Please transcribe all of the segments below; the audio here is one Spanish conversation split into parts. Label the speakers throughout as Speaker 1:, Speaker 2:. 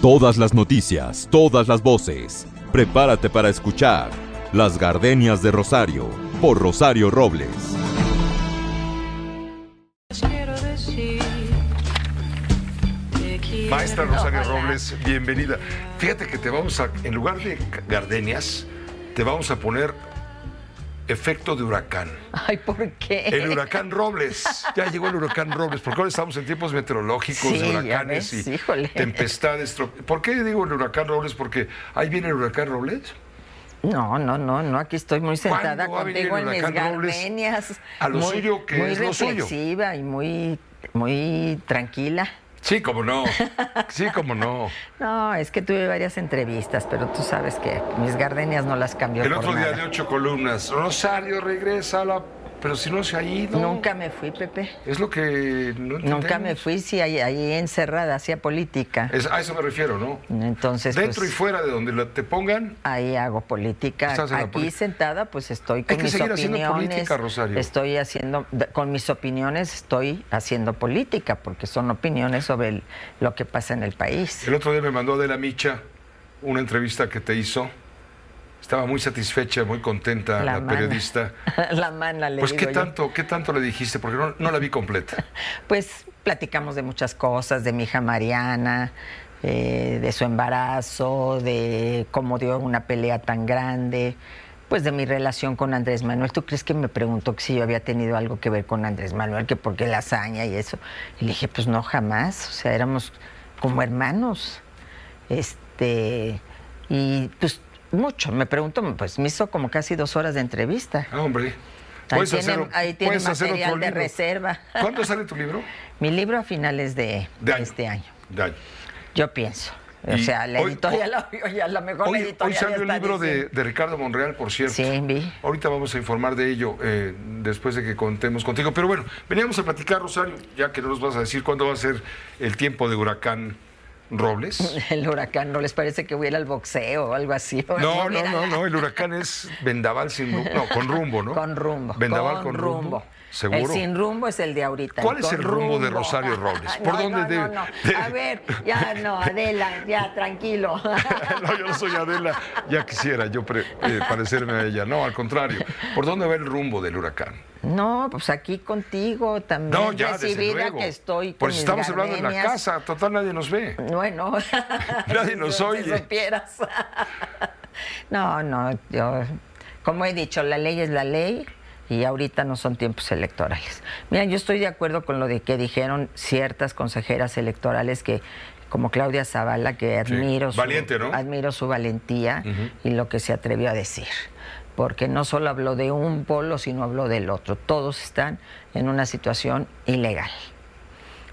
Speaker 1: Todas las noticias, todas las voces. Prepárate para escuchar Las Gardenias de Rosario por Rosario Robles.
Speaker 2: Quiero decir, te quiero.
Speaker 3: Maestra Rosario
Speaker 2: Ojalá.
Speaker 3: Robles, bienvenida. Fíjate que te vamos a, en lugar de gardenias, te vamos a poner efecto de huracán.
Speaker 2: Ay, ¿por qué?
Speaker 3: El huracán Robles. Ya llegó el huracán Robles, porque ahora estamos en tiempos meteorológicos,
Speaker 2: Sí,
Speaker 3: de
Speaker 2: ya
Speaker 3: huracanes
Speaker 2: ves,
Speaker 3: y
Speaker 2: híjole.
Speaker 3: tempestades. tro- ¿Por qué digo el huracán Robles? Porque ahí viene el huracán Robles.
Speaker 2: No, no, no, no, aquí estoy muy sentada
Speaker 3: ¿Cuándo va a venir
Speaker 2: contigo
Speaker 3: el
Speaker 2: en mis
Speaker 3: huracán Robles
Speaker 2: gardenias.
Speaker 3: a lo
Speaker 2: muy,
Speaker 3: suyo, que
Speaker 2: muy
Speaker 3: es lo suyo?
Speaker 2: reflexiva y muy, muy tranquila.
Speaker 3: Sí, como no. Sí, como no.
Speaker 2: No, es que tuve varias entrevistas, pero tú sabes que mis gardenias no las cambió
Speaker 3: El
Speaker 2: por
Speaker 3: otro día
Speaker 2: nada.
Speaker 3: de ocho columnas. Rosario, regresa a la. Pero si no se ha ido.
Speaker 2: Nunca me fui, Pepe.
Speaker 3: Es lo que. no
Speaker 2: Nunca me
Speaker 3: entendemos.
Speaker 2: fui, sí, ahí, ahí encerrada, hacía política.
Speaker 3: Es- a eso me refiero, ¿no?
Speaker 2: Entonces,
Speaker 3: Dentro
Speaker 2: pues, Ah,
Speaker 3: y fuera de donde la- te pongan,
Speaker 2: Ahí hago política.
Speaker 3: Estás en la
Speaker 2: Aquí
Speaker 3: política.
Speaker 2: sentada, pues estoy con
Speaker 3: que
Speaker 2: mis
Speaker 3: seguir haciendo
Speaker 2: opiniones.
Speaker 3: política, Rosario.
Speaker 2: Estoy haciendo, de- con mis opiniones estoy haciendo política, porque son opiniones sobre el- lo que pasa en el país.
Speaker 3: el otro día me mandó de la Micha una entrevista que te hizo. Estaba muy satisfecha, muy contenta la,
Speaker 2: mana.
Speaker 3: periodista.
Speaker 2: la mana le
Speaker 3: Pues
Speaker 2: digo
Speaker 3: qué
Speaker 2: yo.
Speaker 3: tanto, qué tanto le dijiste, porque no, no la vi completa.
Speaker 2: Pues platicamos de muchas cosas, de mi hija Mariana, eh, de su embarazo, de cómo dio una pelea tan grande, pues de mi relación con Andrés Manuel. ¿Tú crees que me preguntó que si yo había tenido algo que ver con Andrés Manuel, que por qué la hazaña y eso? Y le dije, pues no, jamás. O sea, éramos como hermanos. Este, y pues mucho, me preguntó, pues me hizo como casi dos horas de entrevista.
Speaker 3: Ah, hombre.
Speaker 2: Ahí
Speaker 3: Puedes
Speaker 2: tiene,
Speaker 3: hacer-
Speaker 2: ahí tiene
Speaker 3: puedes hacer
Speaker 2: material
Speaker 3: otro
Speaker 2: de
Speaker 3: libro.
Speaker 2: reserva.
Speaker 3: ¿Cuándo sale tu libro?
Speaker 2: Mi libro a finales de,
Speaker 3: De año.
Speaker 2: este año,
Speaker 3: De año.
Speaker 2: yo pienso. O
Speaker 3: Y
Speaker 2: sea, la
Speaker 3: hoy-
Speaker 2: editorial, oye, a lo mejor la
Speaker 3: Hoy, hoy
Speaker 2: editorial ya
Speaker 3: salió el
Speaker 2: está
Speaker 3: libro de,
Speaker 2: diciendo-
Speaker 3: de Ricardo Monreal, por cierto.
Speaker 2: Sí, vi.
Speaker 3: Ahorita vamos a informar de ello eh, después de que contemos contigo. Pero bueno, veníamos a platicar, Rosario, ya que no nos vas a decir cuándo va a ser el tiempo de huracán Robles.
Speaker 2: El huracán, ¿no les parece que hubiera al boxeo o algo así?
Speaker 3: No, no,
Speaker 2: Mira,
Speaker 3: no, no, el huracán es vendaval sin rumbo, no, con rumbo, ¿no?
Speaker 2: Con rumbo.
Speaker 3: Vendaval con, rumbo. Seguro.
Speaker 2: El sin rumbo es el de ahorita.
Speaker 3: ¿Cuál es
Speaker 2: con
Speaker 3: el rumbo de Rosario Robles? ¿Por
Speaker 2: No,
Speaker 3: dónde
Speaker 2: no,
Speaker 3: debe-
Speaker 2: No, no.
Speaker 3: debe-
Speaker 2: A ver, ya no, Adela, ya tranquilo.
Speaker 3: No, yo no soy Adela, ya quisiera yo pre- eh, parecerme a ella. No, al contrario. ¿Por dónde va el rumbo del huracán?
Speaker 2: No, pues aquí contigo también.
Speaker 3: No, ya, desde
Speaker 2: recibida
Speaker 3: luego.
Speaker 2: que estoy con
Speaker 3: Pues
Speaker 2: mis
Speaker 3: estamos hablando en la
Speaker 2: gardenias.
Speaker 3: casa, total nadie nos ve.
Speaker 2: Bueno,
Speaker 3: Nadie
Speaker 2: si
Speaker 3: nos
Speaker 2: tú- si
Speaker 3: oye.
Speaker 2: supieras. no, no, yo, como he dicho, la ley es la ley y ahorita no son tiempos electorales. Mira, yo estoy de acuerdo con lo de que dijeron ciertas consejeras electorales que como Claudia Zavala, que admiro,
Speaker 3: valiente,
Speaker 2: su,
Speaker 3: ¿no?
Speaker 2: admiro su valentía y lo que se atrevió a decir. Porque no solo habló de un polo, sino habló del otro. Todos están en una situación ilegal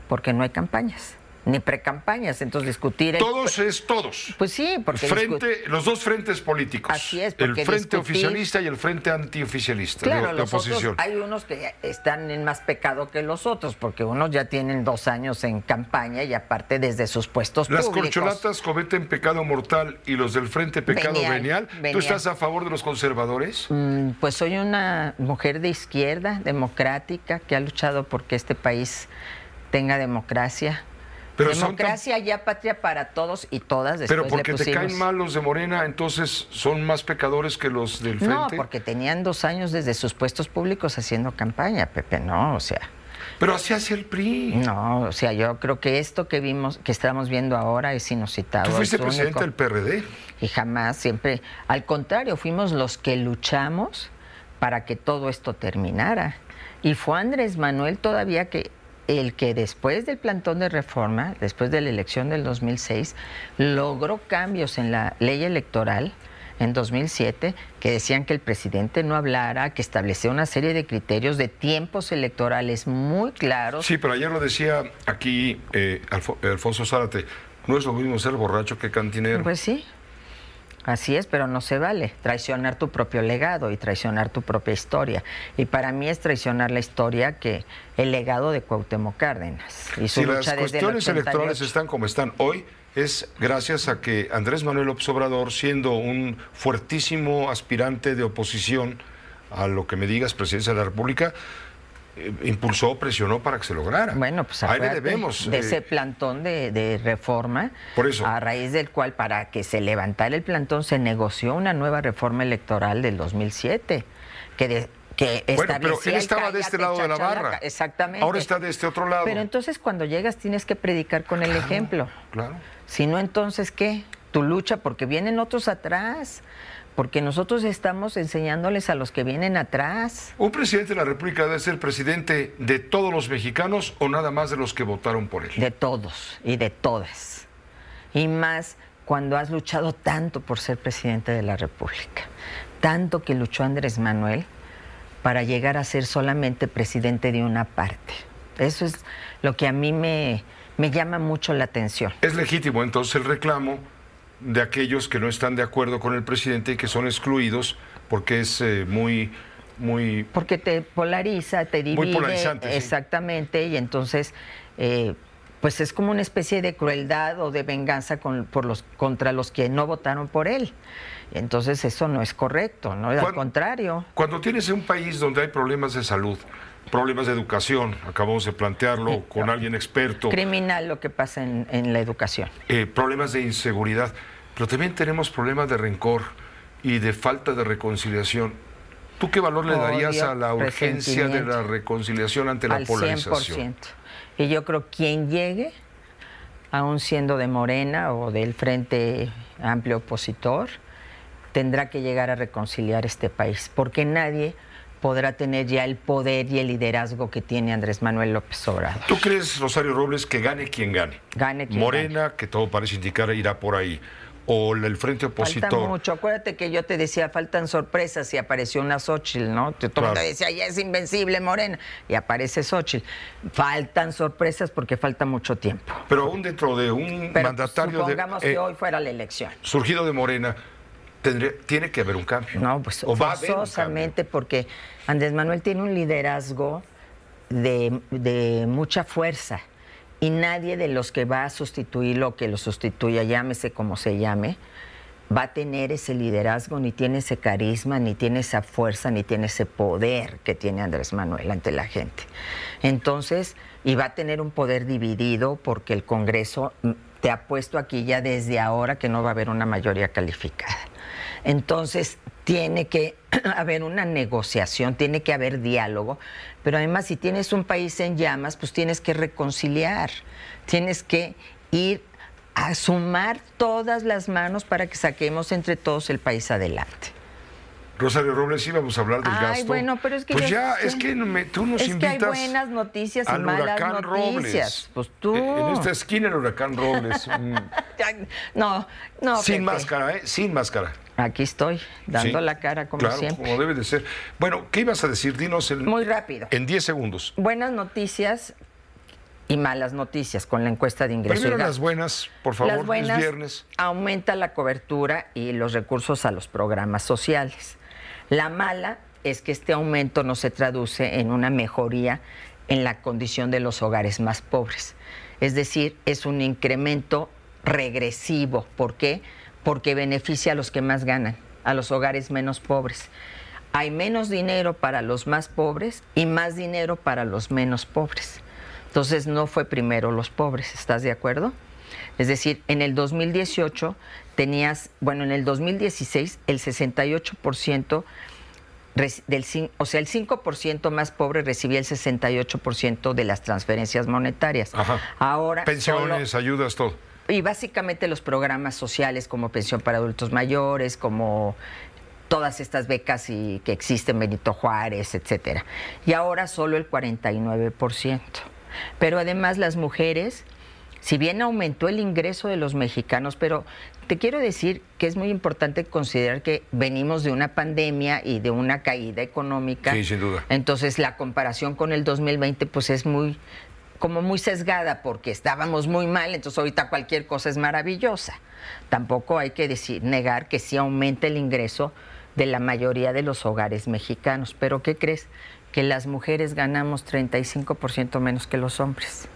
Speaker 2: porque no hay campañas, ni precampañas. Entonces discutir el-
Speaker 3: Todos es todos.
Speaker 2: pues sí, porque discu-
Speaker 3: frente, los dos frentes políticos.
Speaker 2: Así es,
Speaker 3: El
Speaker 2: porque
Speaker 3: frente
Speaker 2: discutir-
Speaker 3: oficialista y el frente antioficialista
Speaker 2: Claro,
Speaker 3: de, de
Speaker 2: los otros-
Speaker 3: oposición.
Speaker 2: hay unos que están en más pecado que los otros, porque unos ya tienen dos años en campaña y aparte desde sus puestos
Speaker 3: Las
Speaker 2: públicos.
Speaker 3: corcholatas cometen pecado mortal y los del frente pecado
Speaker 2: Venial,
Speaker 3: venial. ¿Tú
Speaker 2: venial.
Speaker 3: estás a favor de los conservadores?
Speaker 2: Mm, Pues soy una mujer de izquierda, democrática, que ha luchado porque este país tenga democracia.
Speaker 3: Pero son tan-
Speaker 2: democracia ya patria para todos y todas. Después
Speaker 3: Pero porque
Speaker 2: le
Speaker 3: te
Speaker 2: pusimos-
Speaker 3: caen mal los de Morena, entonces son más pecadores que los del frente.
Speaker 2: No, porque tenían dos años desde sus puestos públicos haciendo campaña, Pepe, no, o sea.
Speaker 3: Pero así hace el PRI.
Speaker 2: No, o sea, yo creo que esto que vimos, que estamos viendo ahora es inusitado.
Speaker 3: Tú fuiste
Speaker 2: es único.
Speaker 3: presidente del PRD.
Speaker 2: Y jamás, siempre, al contrario, fuimos los que luchamos para que todo esto terminara. Y fue Andrés Manuel todavía que el que después del plantón de reforma, después de la elección del 2006, logró cambios en la ley electoral en 2007 que decían que el presidente no hablara, que establecía una serie de criterios de tiempos electorales muy claros.
Speaker 3: Sí, pero ayer lo decía aquí eh, Alfo- Alfonso Zárate. No es lo mismo ser borracho que cantinero.
Speaker 2: Pues sí. Así es, pero no se vale traicionar tu propio legado y traicionar tu propia historia. Y para mí es traicionar la historia que el legado de Cuauhtémoc Cárdenas y su
Speaker 3: si las
Speaker 2: lucha desde el
Speaker 3: cuestiones
Speaker 2: 88.
Speaker 3: electorales están como están hoy, es gracias a que Andrés Manuel López Obrador, siendo un fuertísimo aspirante de oposición a lo que me digas presidencia de la República, eh, impulsó, presionó para que se lograra.
Speaker 2: Bueno, pues
Speaker 3: ahí le
Speaker 2: acuérdate
Speaker 3: debemos.
Speaker 2: de
Speaker 3: eh,
Speaker 2: ese plantón de, de reforma,
Speaker 3: Por eso.
Speaker 2: a raíz del cual para que se levantara el plantón se negoció una nueva reforma electoral del 2007 que de- que
Speaker 3: eh, Bueno, pero
Speaker 2: establecía
Speaker 3: él
Speaker 2: el
Speaker 3: estaba de este
Speaker 2: cállate,
Speaker 3: lado de la
Speaker 2: chachalaca.
Speaker 3: barra.
Speaker 2: Exactamente.
Speaker 3: Ahora está de este otro lado.
Speaker 2: Pero entonces cuando llegas tienes que predicar con el ejemplo.
Speaker 3: Claro.
Speaker 2: Si no, entonces, ¿qué? Tu lucha, porque vienen otros atrás. Porque nosotros estamos enseñándoles a los que vienen atrás.
Speaker 3: ¿Un presidente de la República debe ser presidente de todos los mexicanos o nada más de los que votaron por él?
Speaker 2: De todos y de todas. Y más cuando has luchado tanto por ser presidente de la República. Tanto que luchó Andrés Manuel para llegar a ser solamente presidente de una parte. Eso es lo que a mí me, me llama mucho la atención.
Speaker 3: Es legítimo entonces el reclamo de aquellos que no están de acuerdo con el presidente y que son excluidos porque es eh, muy, muy...
Speaker 2: Porque te polariza, te divide.
Speaker 3: Muy polarizante, sí.
Speaker 2: Exactamente, y entonces, eh, pues es como una especie de crueldad o de venganza con- por los, contra los que no votaron por él. Entonces, eso no es correcto, ¿no? Al
Speaker 3: ¿Cuán-
Speaker 2: contrario.
Speaker 3: Cuando tienes un país donde hay problemas de salud, problemas de educación, acabamos de plantearlo con alguien experto,
Speaker 2: Criminal lo que pasa en, en la educación.
Speaker 3: eh, problemas de inseguridad, pero también tenemos problemas de rencor y de falta de reconciliación. ¿Tú qué valor le darías
Speaker 2: Odio,
Speaker 3: a la urgencia de la
Speaker 2: resentimiento.
Speaker 3: reconciliación ante la
Speaker 2: Al
Speaker 3: polarización?
Speaker 2: 100%. Y yo creo quien llegue, aún siendo de Morena o del Frente Amplio Opositor, tendrá que llegar a reconciliar este país, porque nadie podrá tener ya el poder y el liderazgo que tiene Andrés Manuel López Obrador.
Speaker 3: ¿Tú crees, Rosario Robles, que gane quien gane?
Speaker 2: Gane quien
Speaker 3: Morena, que todo parece indicar irá por ahí. O el frente opositor.
Speaker 2: Falta mucho. Acuérdate que yo te decía, faltan sorpresas y apareció una Xochitl, ¿no? Te- Todo el mundo
Speaker 3: Claro.
Speaker 2: decía, ya es invencible Morena, y aparece Xochitl. Faltan sorpresas porque falta mucho tiempo.
Speaker 3: Pero aún dentro de un
Speaker 2: Pero
Speaker 3: mandatario de-
Speaker 2: supongamos
Speaker 3: eh,
Speaker 2: que hoy fuera la elección.
Speaker 3: surgido de Morena, tendré- tiene que haber un cambio.
Speaker 2: No, pues
Speaker 3: O va a haber un
Speaker 2: forzosamente, porque Andrés Manuel tiene un liderazgo de, de mucha fuerza y nadie de los que va a sustituirlo o que lo sustituya, llámese como se llame, va a tener ese liderazgo, ni tiene ese carisma, ni tiene esa fuerza, ni tiene ese poder que tiene Andrés Manuel ante la gente. Entonces, y va a tener un poder dividido porque el Congreso mm, te ha puesto aquí ya desde ahora que no va a haber una mayoría calificada. Entonces, tiene que haber una negociación, tiene que haber diálogo, pero además si tienes un país en llamas, pues tienes que reconciliar, tienes que ir a sumar todas las manos para que saquemos entre todos el país adelante.
Speaker 3: cambio. Rosario Robles, íbamos a hablar del
Speaker 2: Ay,
Speaker 3: gasto.
Speaker 2: bueno, pero es que
Speaker 3: Pues
Speaker 2: ya-
Speaker 3: ya, es que me- tú nos
Speaker 2: Es que hay
Speaker 3: invitas
Speaker 2: buenas noticias y
Speaker 3: al
Speaker 2: malas
Speaker 3: huracán
Speaker 2: noticias.
Speaker 3: Robles.
Speaker 2: Pues tú.
Speaker 3: Eh, En esta esquina el huracán Robles. mm.
Speaker 2: Ay, No, no.
Speaker 3: Sin
Speaker 2: Pepe.
Speaker 3: máscara, ¿eh? Sin máscara.
Speaker 2: Aquí estoy, dando
Speaker 3: Sí.
Speaker 2: la cara como
Speaker 3: Claro,
Speaker 2: siempre.
Speaker 3: como debe de ser. Bueno, ¿qué ibas a decir? Dinos en,
Speaker 2: Muy rápido.
Speaker 3: en 10 segundos.
Speaker 2: Buenas noticias y malas noticias con la encuesta de ingresos. y
Speaker 3: Primero las
Speaker 2: gastos.
Speaker 3: buenas, por favor,
Speaker 2: Las buenas,
Speaker 3: es viernes.
Speaker 2: Aumenta la cobertura y los recursos a los programas sociales. La mala es que este aumento no se traduce en una mejoría en la condición de los hogares más pobres. Es decir, es un incremento regresivo. ¿Por qué? Porque beneficia a los que más ganan, a los hogares menos pobres. Hay menos dinero para los más pobres y más dinero para los menos pobres. Entonces no fue primero los pobres, ¿estás de acuerdo? Es decir, en el 2018 tenías, bueno, en el 2016 el 68% reci- del, cin- o sea, el 5% más pobre recibía el 68% de las transferencias monetarias.
Speaker 3: Ajá.
Speaker 2: ah, Ahora
Speaker 3: Pensiones,
Speaker 2: solo-
Speaker 3: ayudas, todo.
Speaker 2: y básicamente los programas sociales como pensión para adultos mayores, como todas estas becas y que existen Benito Juárez, etcétera. Y ahora solo el 49%. Pero además las mujeres, si bien aumentó el ingreso de los mexicanos, pero te quiero decir que es muy importante considerar que venimos de una pandemia y de una caída económica.
Speaker 3: Sí, sin duda.
Speaker 2: Entonces la comparación con el 2020 pues es muy como muy sesgada porque estábamos muy mal, entonces ahorita cualquier cosa es maravillosa. Tampoco hay que decir, negar que sí aumenta el ingreso de la mayoría de los hogares mexicanos, pero ¿qué crees? Que las mujeres ganamos 35% menos que los hombres.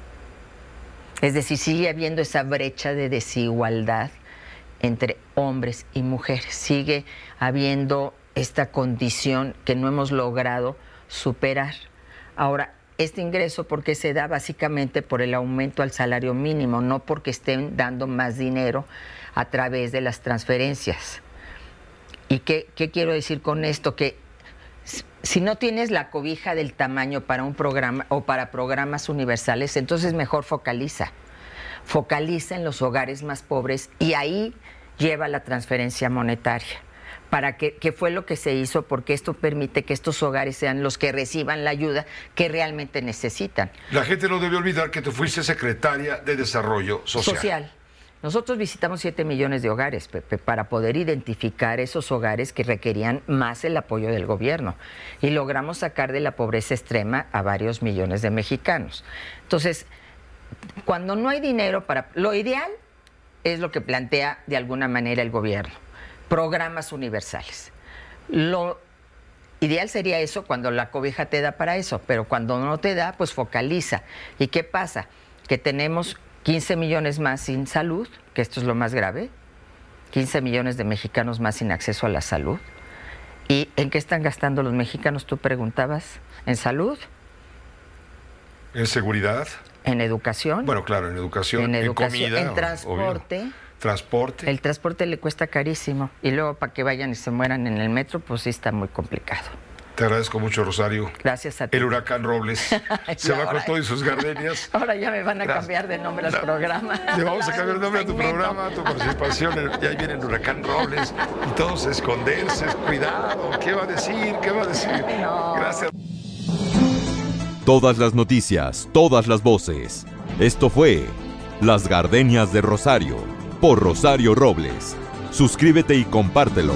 Speaker 2: Es decir, sigue habiendo esa brecha de desigualdad entre hombres y mujeres. Sigue habiendo esta condición que no hemos logrado superar. Ahora, este ingreso porque se da básicamente por el aumento al salario mínimo, no porque estén dando más dinero a través de las transferencias. ¿Y qué, qué quiero decir con esto? Que s- si no tienes la cobija del tamaño para un programa o para programas universales, entonces mejor focaliza. Focaliza en los hogares más pobres y ahí lleva la transferencia monetaria. ¿Para qué, qué fue lo que se hizo? Porque esto permite que estos hogares sean los que reciban la ayuda que realmente necesitan.
Speaker 3: La gente no debe olvidar que tú fuiste secretaria de Desarrollo Social.
Speaker 2: Nosotros visitamos 7 millones de hogares, Pepe, para poder identificar esos hogares que requerían más el apoyo del gobierno. Y logramos sacar de la pobreza extrema a varios millones de mexicanos. Entonces, cuando no hay dinero para... Lo ideal es lo que plantea de alguna manera el gobierno, programas universales. Lo ideal sería eso cuando la cobija te da para eso, pero cuando no te da, pues focaliza. ¿Y qué pasa? Que tenemos 15 millones más sin salud, que esto es lo más grave, 15 millones de mexicanos más sin acceso a la salud. ¿Y en qué están gastando los mexicanos? Tú preguntabas, ¿en salud?
Speaker 3: En seguridad.
Speaker 2: ¿En educación?
Speaker 3: Bueno, claro, en educación, en,
Speaker 2: En educación,
Speaker 3: comida.
Speaker 2: en
Speaker 3: o-
Speaker 2: transporte.
Speaker 3: obvio. Transporte.
Speaker 2: El transporte le cuesta carísimo y luego para que vayan y se mueran en el metro, pues sí está muy complicado.
Speaker 3: Te agradezco mucho, Rosario.
Speaker 2: Gracias a ti.
Speaker 3: El huracán Robles se va con
Speaker 2: ahora-
Speaker 3: todo y sus gardenias.
Speaker 2: Ahora ya me van a
Speaker 3: Gracias.
Speaker 2: cambiar de nombre al programa.
Speaker 3: Te vamos a cambiar el nombre a tu programa, a tu participación. en- Y ahí viene el huracán Robles. Y todos a esconderse. Cuidado. ¿Qué va a decir? ¿Qué va a decir? Gracias.
Speaker 1: Todas las noticias, todas las voces. Esto fue Las Gardenias de Rosario por Rosario Robles. Suscríbete y compártelo.